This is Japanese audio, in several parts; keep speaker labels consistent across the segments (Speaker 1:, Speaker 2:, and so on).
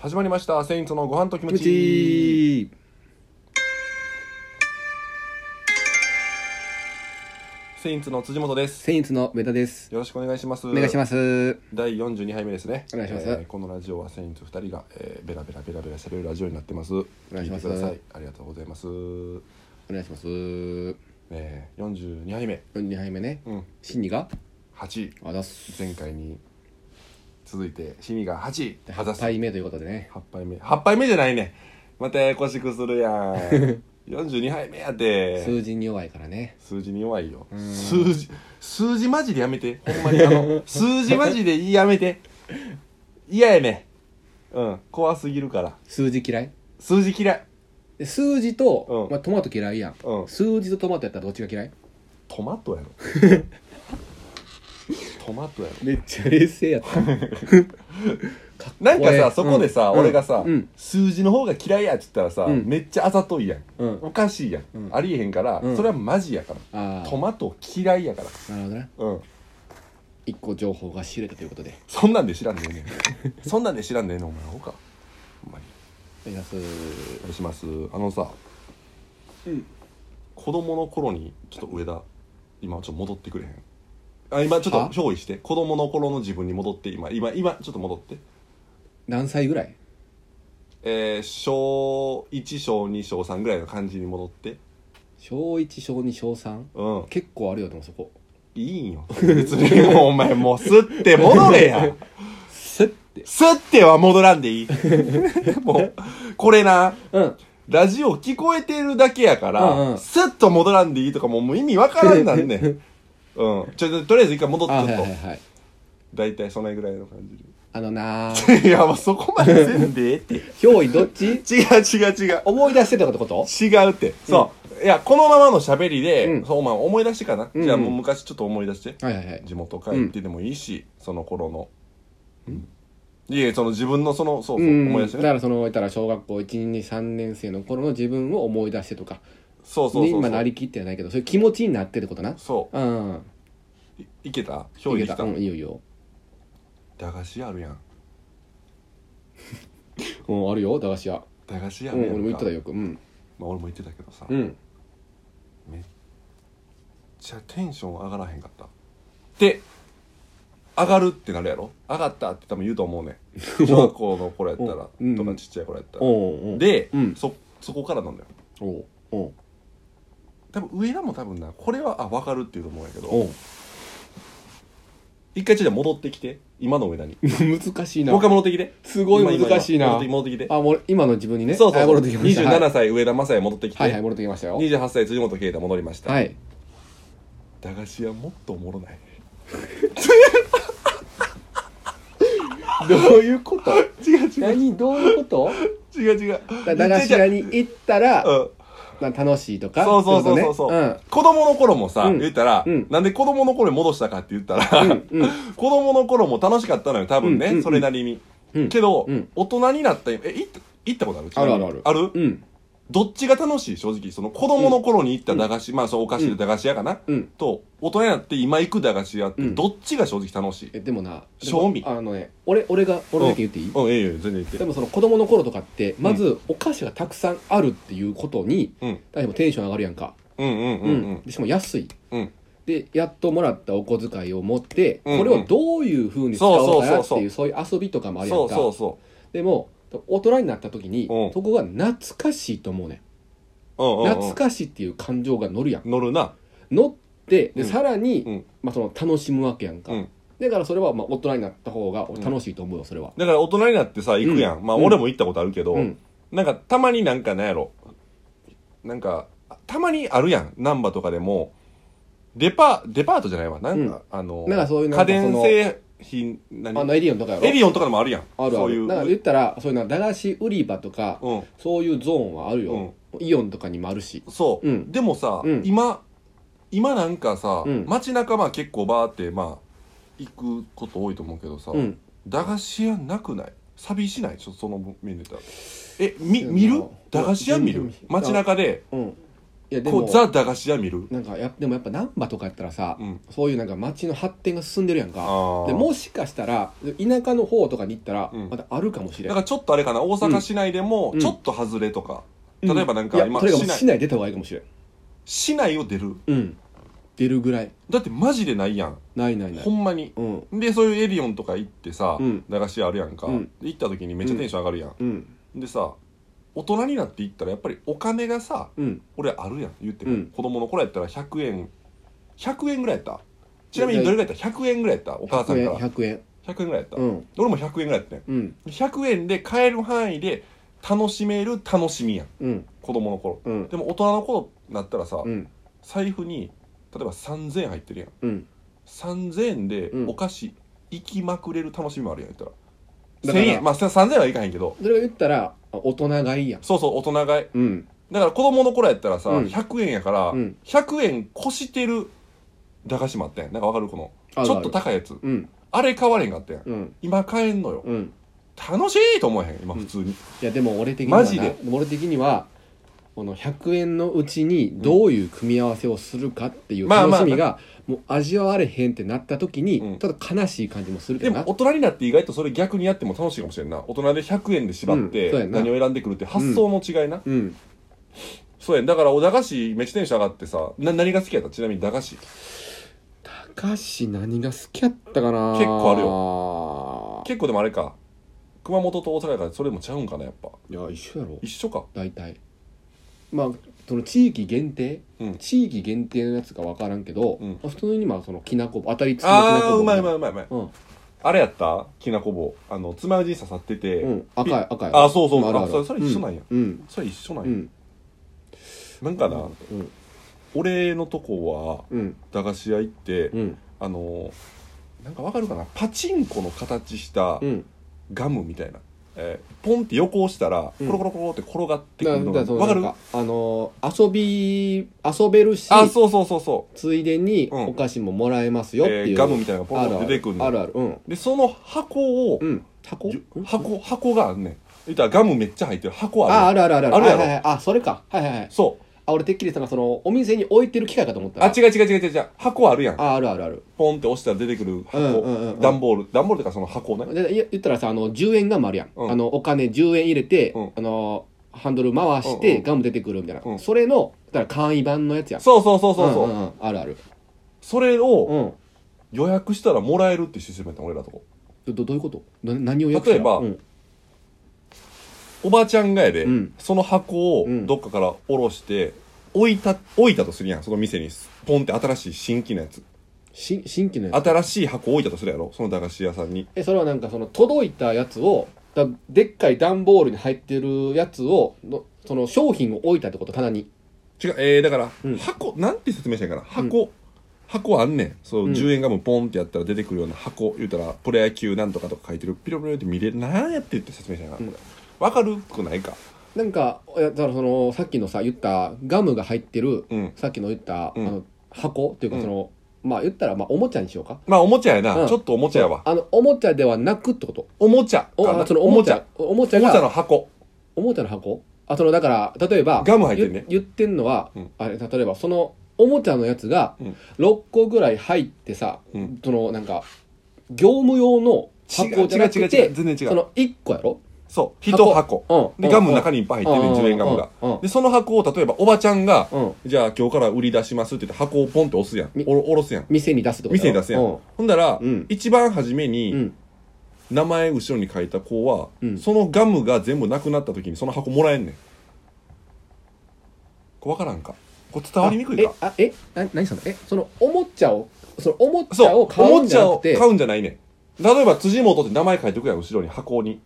Speaker 1: 始まりました「セインツのご飯と気
Speaker 2: 気
Speaker 1: 持
Speaker 2: 持
Speaker 1: ちいい」
Speaker 2: ちいい
Speaker 1: セインツの辻元です
Speaker 2: セインツの上田です
Speaker 1: よろしくお願いします
Speaker 2: お願いします
Speaker 1: 第42杯目ですね
Speaker 2: お願いします
Speaker 1: えーこのラジオはセインツ2人が、えー、ベラベラベラベラしゃべるラジオになってますお
Speaker 2: 願いします
Speaker 1: くださいありがとうございます
Speaker 2: お願いします42
Speaker 1: えー、42杯目
Speaker 2: 杯目ね
Speaker 1: うん
Speaker 2: 心理が
Speaker 1: 8
Speaker 2: あざっす
Speaker 1: 前回に続いてシミが8あざ
Speaker 2: 8
Speaker 1: す
Speaker 2: 杯目ということでね
Speaker 1: 8杯目8杯目じゃないねまたややこしくするやん 42杯目やて
Speaker 2: 数字に弱いからね
Speaker 1: 数字に弱いよ
Speaker 2: うん
Speaker 1: 数字数字マジでやめてほんまにあ の数字マジでやめて嫌やねうん怖すぎるから
Speaker 2: 数字嫌い
Speaker 1: 数字嫌い
Speaker 2: で数字と、
Speaker 1: うん
Speaker 2: まあ、トマト嫌いやん、
Speaker 1: うん
Speaker 2: 数字とトマトやったらどっちが嫌い
Speaker 1: トマトや ろトマトやろ
Speaker 2: めっちゃ冷静やった
Speaker 1: なんか
Speaker 2: 俺
Speaker 1: さそこでさ、
Speaker 2: うん
Speaker 1: 俺がさ、
Speaker 2: うん
Speaker 1: 数字の方が嫌いやっつったらさ、
Speaker 2: うん
Speaker 1: めっちゃあざといやん
Speaker 2: うん
Speaker 1: おかしいやん、
Speaker 2: うん
Speaker 1: ありえへんから、
Speaker 2: うん
Speaker 1: それはマジやから
Speaker 2: ああ
Speaker 1: トマト嫌いやから
Speaker 2: なるほどね
Speaker 1: うん
Speaker 2: 一個情報が知れたということで
Speaker 1: そんなんで知らんでええねんそんなんで知らんでええねんお前アホかほんまに
Speaker 2: お願いします
Speaker 1: お願いしますあのさ
Speaker 2: うん
Speaker 1: 子供の頃にちょっと上田今ちょっと戻ってくれへんあ今ちょっと
Speaker 2: は
Speaker 1: 憑依して子供の頃の自分に戻って今今今ちょっと戻って
Speaker 2: 何歳ぐらい
Speaker 1: えー、小1小2小3ぐらいの感じに戻って
Speaker 2: 小1小2小 3?
Speaker 1: うん
Speaker 2: 結構あるよでもそこ
Speaker 1: いいんよ別に もうお前もうすって戻れや
Speaker 2: スッて
Speaker 1: すっては戻らんでい いもうこれな
Speaker 2: うん
Speaker 1: ラジオ聞こえてるだけやから、
Speaker 2: うんうん
Speaker 1: スッと戻らんでいいとかもうもう意味わからん なんねん。うん。ちょ、ちょ、とりあえず一回戻っ
Speaker 2: あ
Speaker 1: て、ち
Speaker 2: はい
Speaker 1: ょっ
Speaker 2: は
Speaker 1: と
Speaker 2: い。はい
Speaker 1: 大体そのぐらいの感じ
Speaker 2: あのなー
Speaker 1: で。いや、もうそこまでせんでええっ て。違
Speaker 2: 憑依どっち
Speaker 1: う違う違う。
Speaker 2: 思い出してたってこと
Speaker 1: 違うって。そう。いや、このままの喋りで、
Speaker 2: うん
Speaker 1: そう、まあ思い出してかな。
Speaker 2: うんうん
Speaker 1: じゃあもう昔ちょっと思い出して。
Speaker 2: はいはいはい
Speaker 1: 地元帰ってでもいいし、その頃の。いえ、その自分のその、そう
Speaker 2: う
Speaker 1: そう、
Speaker 2: ん
Speaker 1: 思い
Speaker 2: だ
Speaker 1: 出して
Speaker 2: か
Speaker 1: ね。
Speaker 2: らその言ったら小学校123年生の頃の自分を思い出してとか
Speaker 1: そうそう
Speaker 2: に
Speaker 1: そう
Speaker 2: 今
Speaker 1: そ
Speaker 2: な
Speaker 1: う。
Speaker 2: りきってはないけどそういう気持ちになってることな
Speaker 1: そ
Speaker 2: うん
Speaker 1: う。いいけた
Speaker 2: い
Speaker 1: 表現
Speaker 2: けた
Speaker 1: した
Speaker 2: うんいいよいいよ
Speaker 1: 駄菓子あるやん。
Speaker 2: うんあるよ駄菓子屋
Speaker 1: 駄菓子屋
Speaker 2: うん
Speaker 1: ね
Speaker 2: 俺も
Speaker 1: なん
Speaker 2: 言っ
Speaker 1: か
Speaker 2: てたよくうん
Speaker 1: まあ俺も言ってたけどさ、
Speaker 2: う
Speaker 1: めっ
Speaker 2: ん
Speaker 1: ちゃテンション上がらへんかったで上がるってなるやろ上がったって多分言うと思 うねん小学校の頃やったら、
Speaker 2: うん
Speaker 1: とかちっちゃい頃やったら、
Speaker 2: おうおう
Speaker 1: で、
Speaker 2: うん
Speaker 1: そそこからなんだよ
Speaker 2: おうおう
Speaker 1: 多分上田も多分なこれはあ分かるっていうと思うんやけ
Speaker 2: お
Speaker 1: ど
Speaker 2: う
Speaker 1: 一回ちょっと戻ってきて今の上田に
Speaker 2: 難しいな
Speaker 1: もう一回戻ってきて
Speaker 2: すごい難しいな
Speaker 1: 今今今戻って戻ってきて
Speaker 2: あもう今の自分にね
Speaker 1: そうそう
Speaker 2: あ
Speaker 1: そう
Speaker 2: 戻ってきました
Speaker 1: 27歳上田正也戻ってきて、
Speaker 2: はいはい戻ってきましたよ
Speaker 1: 28歳辻元啓太戻りました、
Speaker 2: はい
Speaker 1: 駄菓子屋もっとおもろない
Speaker 2: どういうこと
Speaker 1: 違う違う
Speaker 2: 何どういうこと
Speaker 1: 違う違う
Speaker 2: だ駄菓子屋に行ったら
Speaker 1: うん
Speaker 2: な楽しいとか
Speaker 1: そうそうそうそうそう、
Speaker 2: って
Speaker 1: 子供の頃もさ、
Speaker 2: うん
Speaker 1: 言ったら、
Speaker 2: うん
Speaker 1: なんで子供の頃に戻したかって言ったら、
Speaker 2: ことねうんうん
Speaker 1: 子供の頃も楽しかったのよ多分ね、
Speaker 2: うんうんうん
Speaker 1: それなりに、
Speaker 2: うん
Speaker 1: けど、
Speaker 2: うん
Speaker 1: 大人になった今え行った行ったことある
Speaker 2: あるあるある
Speaker 1: ある、
Speaker 2: うん
Speaker 1: どっちが楽しい正直その子供の頃に行った駄菓子、まあそうお菓子で駄菓子屋かな、
Speaker 2: うん
Speaker 1: と大人になって今行く駄菓子屋って
Speaker 2: うん
Speaker 1: どっちが正直楽しい、
Speaker 2: えでもな
Speaker 1: 賞味
Speaker 2: でもあのね俺俺が俺だけ言っていい
Speaker 1: うんええよ全然言って
Speaker 2: でもその子供の頃とかってまずお菓子がたくさんあるっていうことに
Speaker 1: うん
Speaker 2: 例えばテンション上がるやんか
Speaker 1: うんうんうんうん
Speaker 2: でしかも安い
Speaker 1: うん
Speaker 2: でやっともらったお小遣いを持って
Speaker 1: うんうん
Speaker 2: これをどういうふうに使おうかなって
Speaker 1: そうそうそうそ
Speaker 2: いううそういう遊びとかもあるや
Speaker 1: そ
Speaker 2: ん
Speaker 1: うそう
Speaker 2: か
Speaker 1: そ
Speaker 2: でも大人になった時に
Speaker 1: うん
Speaker 2: そこが懐かしいと思うね
Speaker 1: ううんうんうん
Speaker 2: 懐かしいっていう感情が乗るやん
Speaker 1: 乗るな
Speaker 2: 乗ってで、
Speaker 1: うん
Speaker 2: さらに、
Speaker 1: うん
Speaker 2: まあ、その楽しむわけやんか、
Speaker 1: うん
Speaker 2: だからそれはまあ大人になった方が
Speaker 1: ん
Speaker 2: 楽しいと思うよそれは、
Speaker 1: だから大人になってさ行くやん、
Speaker 2: うん
Speaker 1: まあ俺も行ったことあるけど、
Speaker 2: うん
Speaker 1: なんかたまになんかなんやろなんかたまにあるやん難波とかでもデパデパートじゃないわなんか、あの
Speaker 2: なんかそういうな
Speaker 1: 家電
Speaker 2: んかその
Speaker 1: 製品何
Speaker 2: あのエリオンとかやろ
Speaker 1: エリオンとかでもあるやん
Speaker 2: あるあ
Speaker 1: そうい
Speaker 2: る
Speaker 1: う
Speaker 2: だから言ったらそういうな駄菓子売り場とか、
Speaker 1: うん
Speaker 2: そういうゾーンはあるよ、イオンとかにもあるし
Speaker 1: そう、
Speaker 2: うん
Speaker 1: でもさ、
Speaker 2: うん
Speaker 1: 今今なんかさ、
Speaker 2: うん
Speaker 1: 街中まあ結構バーってまあ行くこと多いと思うけどさ、
Speaker 2: うん
Speaker 1: 駄菓子屋なくない寂しないちょっとその面で言ったらえみ見る駄菓子屋見る
Speaker 2: 全然見
Speaker 1: 街中で
Speaker 2: うんいいやで
Speaker 1: こ
Speaker 2: も
Speaker 1: うザ駄菓子屋見る
Speaker 2: なんかやでもやっぱ難波とかやったらさ、
Speaker 1: うん
Speaker 2: そういうなんか街の発展が進んでるやん
Speaker 1: あ
Speaker 2: か
Speaker 1: ー
Speaker 2: でもしかしたら田舎の方とかに行ったら
Speaker 1: うん
Speaker 2: まだあるかもしれ
Speaker 1: だ
Speaker 2: ん、
Speaker 1: からちょっとあれかな大阪市内でも
Speaker 2: うん
Speaker 1: ちょっと外れとか、
Speaker 2: うん
Speaker 1: 例えばなんか
Speaker 2: いや
Speaker 1: 今
Speaker 2: とにかく
Speaker 1: 市内
Speaker 2: 市内出た方がいいかもしれん
Speaker 1: 市内を出る
Speaker 2: うん出るぐらい
Speaker 1: だってマジでないやん
Speaker 2: ないないない
Speaker 1: ほんまに
Speaker 2: うん
Speaker 1: でそういうエリオンとか行ってさ、
Speaker 2: うん
Speaker 1: 駄菓子屋あるやんか、
Speaker 2: うん
Speaker 1: で行った時にめっちゃテンション上がるやん、
Speaker 2: うん
Speaker 1: でさ大人になっていったらやっぱりお金がさ
Speaker 2: うん
Speaker 1: 俺あるやん言って、
Speaker 2: うん
Speaker 1: 子供の頃やったら100円100円ぐらいやったちなみにどれぐらいやった100円ぐらいやったお母さ
Speaker 2: 100
Speaker 1: ん
Speaker 2: 円
Speaker 1: から100
Speaker 2: 100円
Speaker 1: 円ぐらいやった、
Speaker 2: うん
Speaker 1: 俺も100円ぐらいやったん
Speaker 2: うん
Speaker 1: 100円で買える範囲で楽しめる楽しみやん
Speaker 2: うん
Speaker 1: 子供の頃
Speaker 2: うん
Speaker 1: でも大人の頃になったらさ、
Speaker 2: うん
Speaker 1: 財布に例えば3000円入ってるやん
Speaker 2: うん
Speaker 1: 3000円で
Speaker 2: うん
Speaker 1: お菓子行きまくれる楽しみもあるやん言ったら
Speaker 2: だから
Speaker 1: 1000円まあ3000円はいかへんけど
Speaker 2: それを言ったらあ大人がいいやん
Speaker 1: そうそう大人買い
Speaker 2: うん
Speaker 1: だから子供の頃やったらさ、
Speaker 2: うん
Speaker 1: 100円やから、
Speaker 2: うん
Speaker 1: 100円越してる駄菓子もあったやんなんかわかるこのちょっと
Speaker 2: 高
Speaker 1: 高いやつ
Speaker 2: うん
Speaker 1: あれ買われへんかったやん
Speaker 2: うん
Speaker 1: 今買えんのよ
Speaker 2: うん
Speaker 1: 楽しいと思えへん今普通に、
Speaker 2: いやでも俺的にはな
Speaker 1: マジで
Speaker 2: 俺的にはこの100円のうちにどういう組み合わせをするかっていう
Speaker 1: まあ
Speaker 2: 楽
Speaker 1: まあ
Speaker 2: しみがもう味わわれへんってなった時
Speaker 1: うん
Speaker 2: にちょっと悲しい感じもするけ
Speaker 1: で
Speaker 2: ど
Speaker 1: も
Speaker 2: な
Speaker 1: 大人になって意外とそれ逆にやっても楽しいかもしれんな大人で100円で縛っ
Speaker 2: うんそうや
Speaker 1: て
Speaker 2: んな
Speaker 1: 何を選んでくるって発想の違いな、
Speaker 2: うん
Speaker 1: そうやんだからお駄菓子めっちゃテンション上がってさな何が好きやったちなみに駄菓子
Speaker 2: 高橋何が好きやったかな
Speaker 1: 結構ある
Speaker 2: よ
Speaker 1: 結構でもあれか熊本と大阪やからそれもちゃうんかなやっぱ
Speaker 2: いや一緒やろ
Speaker 1: 一緒か
Speaker 2: 大体まあその地域限定、
Speaker 1: うん
Speaker 2: 地域限定のやつか分からんけど、
Speaker 1: うん
Speaker 2: まあ普通にまあそのきなこ棒当たりつきのきな
Speaker 1: ああ
Speaker 2: こ棒
Speaker 1: うまいうま
Speaker 2: い
Speaker 1: いうまいうまい
Speaker 2: うん、
Speaker 1: あれやったきなこ棒あのつまようじ刺さってて、
Speaker 2: うん、赤い赤い
Speaker 1: あそうそう
Speaker 2: まあるある
Speaker 1: あそれそれ一緒なんや
Speaker 2: うん
Speaker 1: それ一緒な
Speaker 2: うんんう
Speaker 1: や、
Speaker 2: ん
Speaker 1: なんかな、
Speaker 2: うん
Speaker 1: 俺のとこは
Speaker 2: うん
Speaker 1: 駄菓子屋行って、
Speaker 2: うん
Speaker 1: あのなんかわかるかなパチンコの形した
Speaker 2: うん
Speaker 1: ガムみたいな、えーポンって横押したらコ
Speaker 2: うん
Speaker 1: ロコロコロって転がってく
Speaker 2: だ
Speaker 1: るの
Speaker 2: だ
Speaker 1: が
Speaker 2: そう
Speaker 1: わかる
Speaker 2: なんあのー遊び遊べるし
Speaker 1: あそうそうそうそ
Speaker 2: ついでに
Speaker 1: うん
Speaker 2: お菓子ももらえます
Speaker 1: う、
Speaker 2: よって
Speaker 1: え
Speaker 2: い
Speaker 1: ー
Speaker 2: う、
Speaker 1: ガムみたいなのがポ
Speaker 2: あ
Speaker 1: ンと
Speaker 2: るあ
Speaker 1: 出
Speaker 2: る
Speaker 1: てくるの
Speaker 2: あるあるうん
Speaker 1: でその箱を、
Speaker 2: うん箱
Speaker 1: じゅ
Speaker 2: うん
Speaker 1: 箱箱があんねん言ったらガムめっちゃ入ってる箱ある
Speaker 2: ああるあるある
Speaker 1: あるや
Speaker 2: はい
Speaker 1: ろ
Speaker 2: はいはいあそれかはいはいはい
Speaker 1: そう
Speaker 2: あ俺てっきりさんがそのお店に置いてる機械かと思ったら
Speaker 1: あ違う違う違う違う違う箱あるやん
Speaker 2: ああるあるある
Speaker 1: ポンって押したら出てくる箱、
Speaker 2: うんうんうんうん
Speaker 1: 段ボール段ボールとかその箱ね
Speaker 2: でいや言ったらさあの10円ガムあるやん、
Speaker 1: うん
Speaker 2: あのお金10円入れて、
Speaker 1: うん
Speaker 2: あのハンドル回し
Speaker 1: うんう
Speaker 2: て
Speaker 1: ん
Speaker 2: ガム出てくるみたいな、
Speaker 1: うん
Speaker 2: それのだから簡易版のやつやん
Speaker 1: そうそうそうそうそう、
Speaker 2: んんんあるある
Speaker 1: それを
Speaker 2: うん
Speaker 1: 予約したらもらえるってシステムやったの俺らとこ
Speaker 2: どどどういうことな何をや
Speaker 1: 例えば
Speaker 2: うん
Speaker 1: おばちゃんがやで、
Speaker 2: うん
Speaker 1: その箱を
Speaker 2: うん
Speaker 1: どっかから下ろして置いた置いたとするやんその店にポンって新しい新規のやつ
Speaker 2: し新規のやつ
Speaker 1: 新しい箱置いたとするやろその駄菓子屋さんに
Speaker 2: えそれはなんかその届いたやつをだでっかい段ボールに入ってるやつをのその商品を置いたってこと棚に
Speaker 1: 違うえー、だから、
Speaker 2: うん
Speaker 1: 箱なんて説明したらいいかな箱、箱あんねんそう、
Speaker 2: うん
Speaker 1: 10円ガムポンってやったら出てくるような箱言うたらプロ野球なんとかとか書いてるピロピロって見れるなんやってって説明したらいいかな、これわかるくないか
Speaker 2: なんかいやだからそのさっきのさ言ったガムが入ってる、
Speaker 1: うん
Speaker 2: さっきの言った、
Speaker 1: うん
Speaker 2: あの箱っていうか
Speaker 1: うん
Speaker 2: その、まあ言ったらまあおもちゃにしようか
Speaker 1: まあおもちゃやな、
Speaker 2: うん
Speaker 1: ちょっとおもちゃやわ
Speaker 2: あのおもちゃではなくってこと
Speaker 1: おもちゃ
Speaker 2: お
Speaker 1: かな
Speaker 2: あそのおもちゃおもちゃ
Speaker 1: おもちゃ
Speaker 2: が
Speaker 1: の箱
Speaker 2: おもちゃの箱あそのだから例えば
Speaker 1: ガム入ってるね
Speaker 2: ゆ言ってんのは、
Speaker 1: うん
Speaker 2: あれ例えばそのおもちゃのやつが
Speaker 1: うん
Speaker 2: 6個ぐらい入ってさ、
Speaker 1: うん
Speaker 2: そのなんか業務用の箱じゃなくて
Speaker 1: 全然違
Speaker 2: そうの1個やろ、
Speaker 1: そう一箱
Speaker 2: うん、
Speaker 1: でガムの中
Speaker 2: に
Speaker 1: にいっぱい入ってるね10円ガムが
Speaker 2: うん
Speaker 1: でその箱を例えばおばちゃんが
Speaker 2: うん
Speaker 1: じゃあ今日から売り出しますって言って箱をポンって押すやん
Speaker 2: み
Speaker 1: おろおろすやん
Speaker 2: 店に出すってこと
Speaker 1: 店に出すやんほんだら、
Speaker 2: うん
Speaker 1: 一番初め
Speaker 2: う
Speaker 1: に、
Speaker 2: ん、うん
Speaker 1: 名前後ろに書いた子は、
Speaker 2: うん
Speaker 1: そのガムが全部なくなった時にその箱もらえんねんこれ分からんかこれ伝わりにくいか
Speaker 2: あえあえな何そのえそのおもちゃをそのおもちゃ
Speaker 1: そ
Speaker 2: を
Speaker 1: う
Speaker 2: 買
Speaker 1: お
Speaker 2: う
Speaker 1: も
Speaker 2: ん
Speaker 1: ち
Speaker 2: じゃ
Speaker 1: ゃ
Speaker 2: な
Speaker 1: を
Speaker 2: くて
Speaker 1: 買うんじゃないねん例えば辻元って名前書いてくやん後ろに箱に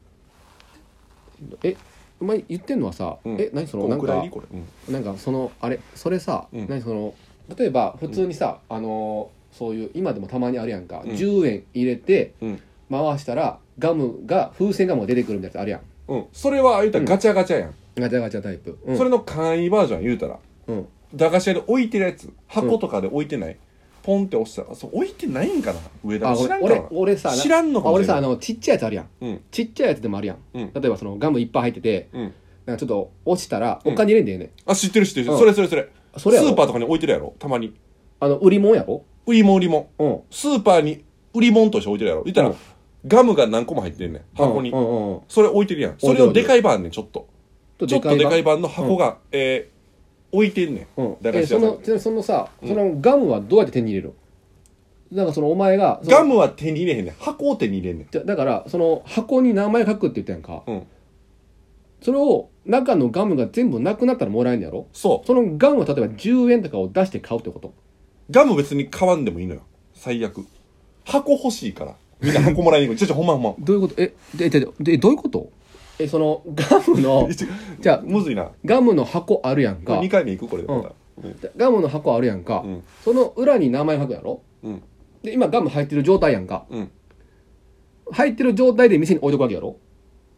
Speaker 2: えお前言ってんのはさ、
Speaker 1: うん
Speaker 2: え何その
Speaker 1: こ
Speaker 2: な
Speaker 1: の
Speaker 2: ん
Speaker 1: くらい
Speaker 2: か
Speaker 1: にこれ、うん
Speaker 2: なんかそのあれそれさ、
Speaker 1: うん
Speaker 2: 何その例えば普通にさ、あのーそういう今でもたまにあるやんか、
Speaker 1: うん
Speaker 2: 10円入れて
Speaker 1: うん
Speaker 2: 回したらガムが風船ガムが出てくるみたいなやつあるやん
Speaker 1: うん、それは言うたらガチャガチャやん、
Speaker 2: ガチャガチャタイプ、うん
Speaker 1: それの簡易バージョン言うたら
Speaker 2: うん
Speaker 1: 駄菓子屋で置いてるやつ箱とかで置いてない、ポンって押したらあそう置いてないんかな上だ
Speaker 2: あ
Speaker 1: 知らんか
Speaker 2: 俺
Speaker 1: な
Speaker 2: 俺さな
Speaker 1: 知らんのか
Speaker 2: あ
Speaker 1: も
Speaker 2: 俺
Speaker 1: しれ
Speaker 2: さ
Speaker 1: な
Speaker 2: あ
Speaker 1: い
Speaker 2: のちっちゃいやつあるやん
Speaker 1: うん
Speaker 2: ちっちゃいやつでもあるやん、
Speaker 1: うん
Speaker 2: 例えばそのガムいっぱい入ってて
Speaker 1: うん
Speaker 2: なんかちょっと落ちたら
Speaker 1: うん
Speaker 2: お金入れんだよね、
Speaker 1: あ知ってる知ってる、
Speaker 2: うん
Speaker 1: それそれそれ
Speaker 2: それや
Speaker 1: ス
Speaker 2: ろ
Speaker 1: ーパーとかに置いてるやろたまに
Speaker 2: あの売り物やろ
Speaker 1: 売りも売りも
Speaker 2: うん
Speaker 1: スーパーに売り物として置いてるやろ言ったら、
Speaker 2: うん
Speaker 1: ガムが何個も入ってんねん箱に、
Speaker 2: うんうんうん
Speaker 1: それ置いてるやん
Speaker 2: 置
Speaker 1: そ
Speaker 2: いてる
Speaker 1: れをでかい版ねちょっとちょっとでかい
Speaker 2: 版
Speaker 1: 版の箱が、えー置いてんねん
Speaker 2: うん
Speaker 1: 駄菓
Speaker 2: え
Speaker 1: 子屋さ
Speaker 2: そ
Speaker 1: ん
Speaker 2: のちなみにそのさ
Speaker 1: うん
Speaker 2: そのガムはどうやって手に入れるのなんかそのお前がその
Speaker 1: ガムは手に入れへんねん箱を手に入れんねん
Speaker 2: じゃだからその箱に名前書くって言ったやんか、
Speaker 1: うん
Speaker 2: それを中のガムが全部なくなったらもらえるんやろ
Speaker 1: そ
Speaker 2: そのガムは例えば10円とかを出して買うってこと
Speaker 1: うガム別に買わんでもいいのよ最悪箱欲しいからみんな箱もらいに行くちょちょほんまほん
Speaker 2: どういうことえでででどういうことえそのガムの
Speaker 1: ま
Speaker 2: じゃあ
Speaker 1: むずいな
Speaker 2: ガムの箱あるやん
Speaker 1: これ
Speaker 2: か
Speaker 1: 2回目行くこれでまた、うん
Speaker 2: ガムの箱あるやんか、
Speaker 1: うん
Speaker 2: その裏に名前書くやろ
Speaker 1: うん
Speaker 2: で今ガム入ってる状態やんか
Speaker 1: うん
Speaker 2: 入ってる状態で店に置いとくわけやろ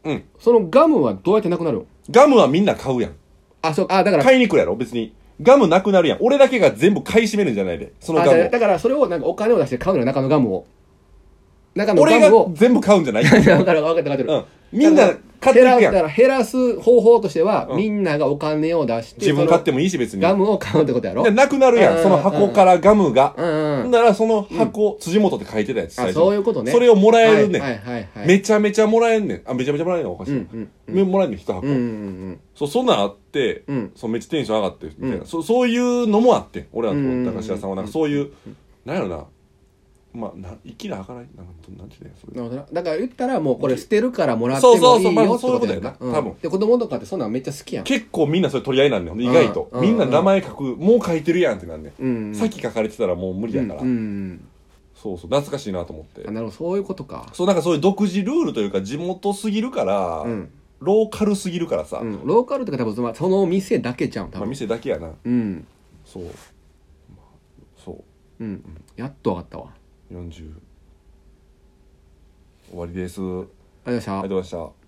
Speaker 1: うん
Speaker 2: そのガムはどうやってなくなるの
Speaker 1: ガムはみんな買うやん
Speaker 2: あそうあだから
Speaker 1: 買いに来るやろ別にガムなくなるやん俺だけが全部買い占めるんじゃないでその
Speaker 2: あ
Speaker 1: ガ
Speaker 2: だ
Speaker 1: ム
Speaker 2: だからそれをなんかお金を出して買うのよ中のガムを中
Speaker 1: を
Speaker 2: の
Speaker 1: 俺
Speaker 2: ガ
Speaker 1: が
Speaker 2: ムを
Speaker 1: 全部買うんじゃない
Speaker 2: 分かる分かってる分かってる、
Speaker 1: うんみんな買ってい
Speaker 2: 減ら
Speaker 1: く
Speaker 2: だ
Speaker 1: やん
Speaker 2: から減らす方法としては、
Speaker 1: うん
Speaker 2: みんながお金を出して
Speaker 1: 自分買って
Speaker 2: も
Speaker 1: もいいし別に
Speaker 2: ガムを買うってことやろ
Speaker 1: でなくなるや
Speaker 2: うん
Speaker 1: んその箱からガムが
Speaker 2: うんうん、
Speaker 1: ならその箱辻元って書いてたやつ
Speaker 2: あ
Speaker 1: 最初
Speaker 2: そういうことね
Speaker 1: それをもらえるねん
Speaker 2: はいはいはいはい
Speaker 1: めちゃめちゃもらえんねんあめちゃめちゃもらえんねんおかし
Speaker 2: う
Speaker 1: い
Speaker 2: ん
Speaker 1: な
Speaker 2: うんうん
Speaker 1: めもらえんねん一箱
Speaker 2: うんうん
Speaker 1: そうそんなんあって
Speaker 2: うんうん
Speaker 1: そうめっちゃテンション上がってみたい
Speaker 2: うん
Speaker 1: なそそういうのもあってん俺ら
Speaker 2: うんうんうん
Speaker 1: の駄菓子屋さんはなんかそういうなんやろなまあな生きなあかないなんかなんていうねそれ
Speaker 2: なるほどなだから言ったらもうこれ捨てるからもらってもいいよ
Speaker 1: そうそうそうまあ
Speaker 2: って
Speaker 1: そういうこと
Speaker 2: やんか
Speaker 1: やな多分
Speaker 2: で子供とかってそんなんめっちゃ好きやん
Speaker 1: 結構みんなそれ取り合いなんねん意外と
Speaker 2: うん
Speaker 1: みんな名前書くもう書いてるやんってなんね
Speaker 2: うんうん
Speaker 1: んさっき書かれてたらもう無理やから
Speaker 2: うんうん
Speaker 1: そうそう懐かしいなと思って
Speaker 2: あなるほどそういうことか
Speaker 1: そうなんかそういう独自ルールというか地元すぎるから、
Speaker 2: うん
Speaker 1: ローカルすぎるからさ、
Speaker 2: うんローカルとか多分そのその店だけじゃん
Speaker 1: ま
Speaker 2: 多
Speaker 1: あ、
Speaker 2: 分
Speaker 1: 店だけやな
Speaker 2: うん
Speaker 1: そう、まあそ
Speaker 2: うんやっと分かったわ
Speaker 1: う40終わりですあり
Speaker 2: ありがとうございました
Speaker 1: がとうございました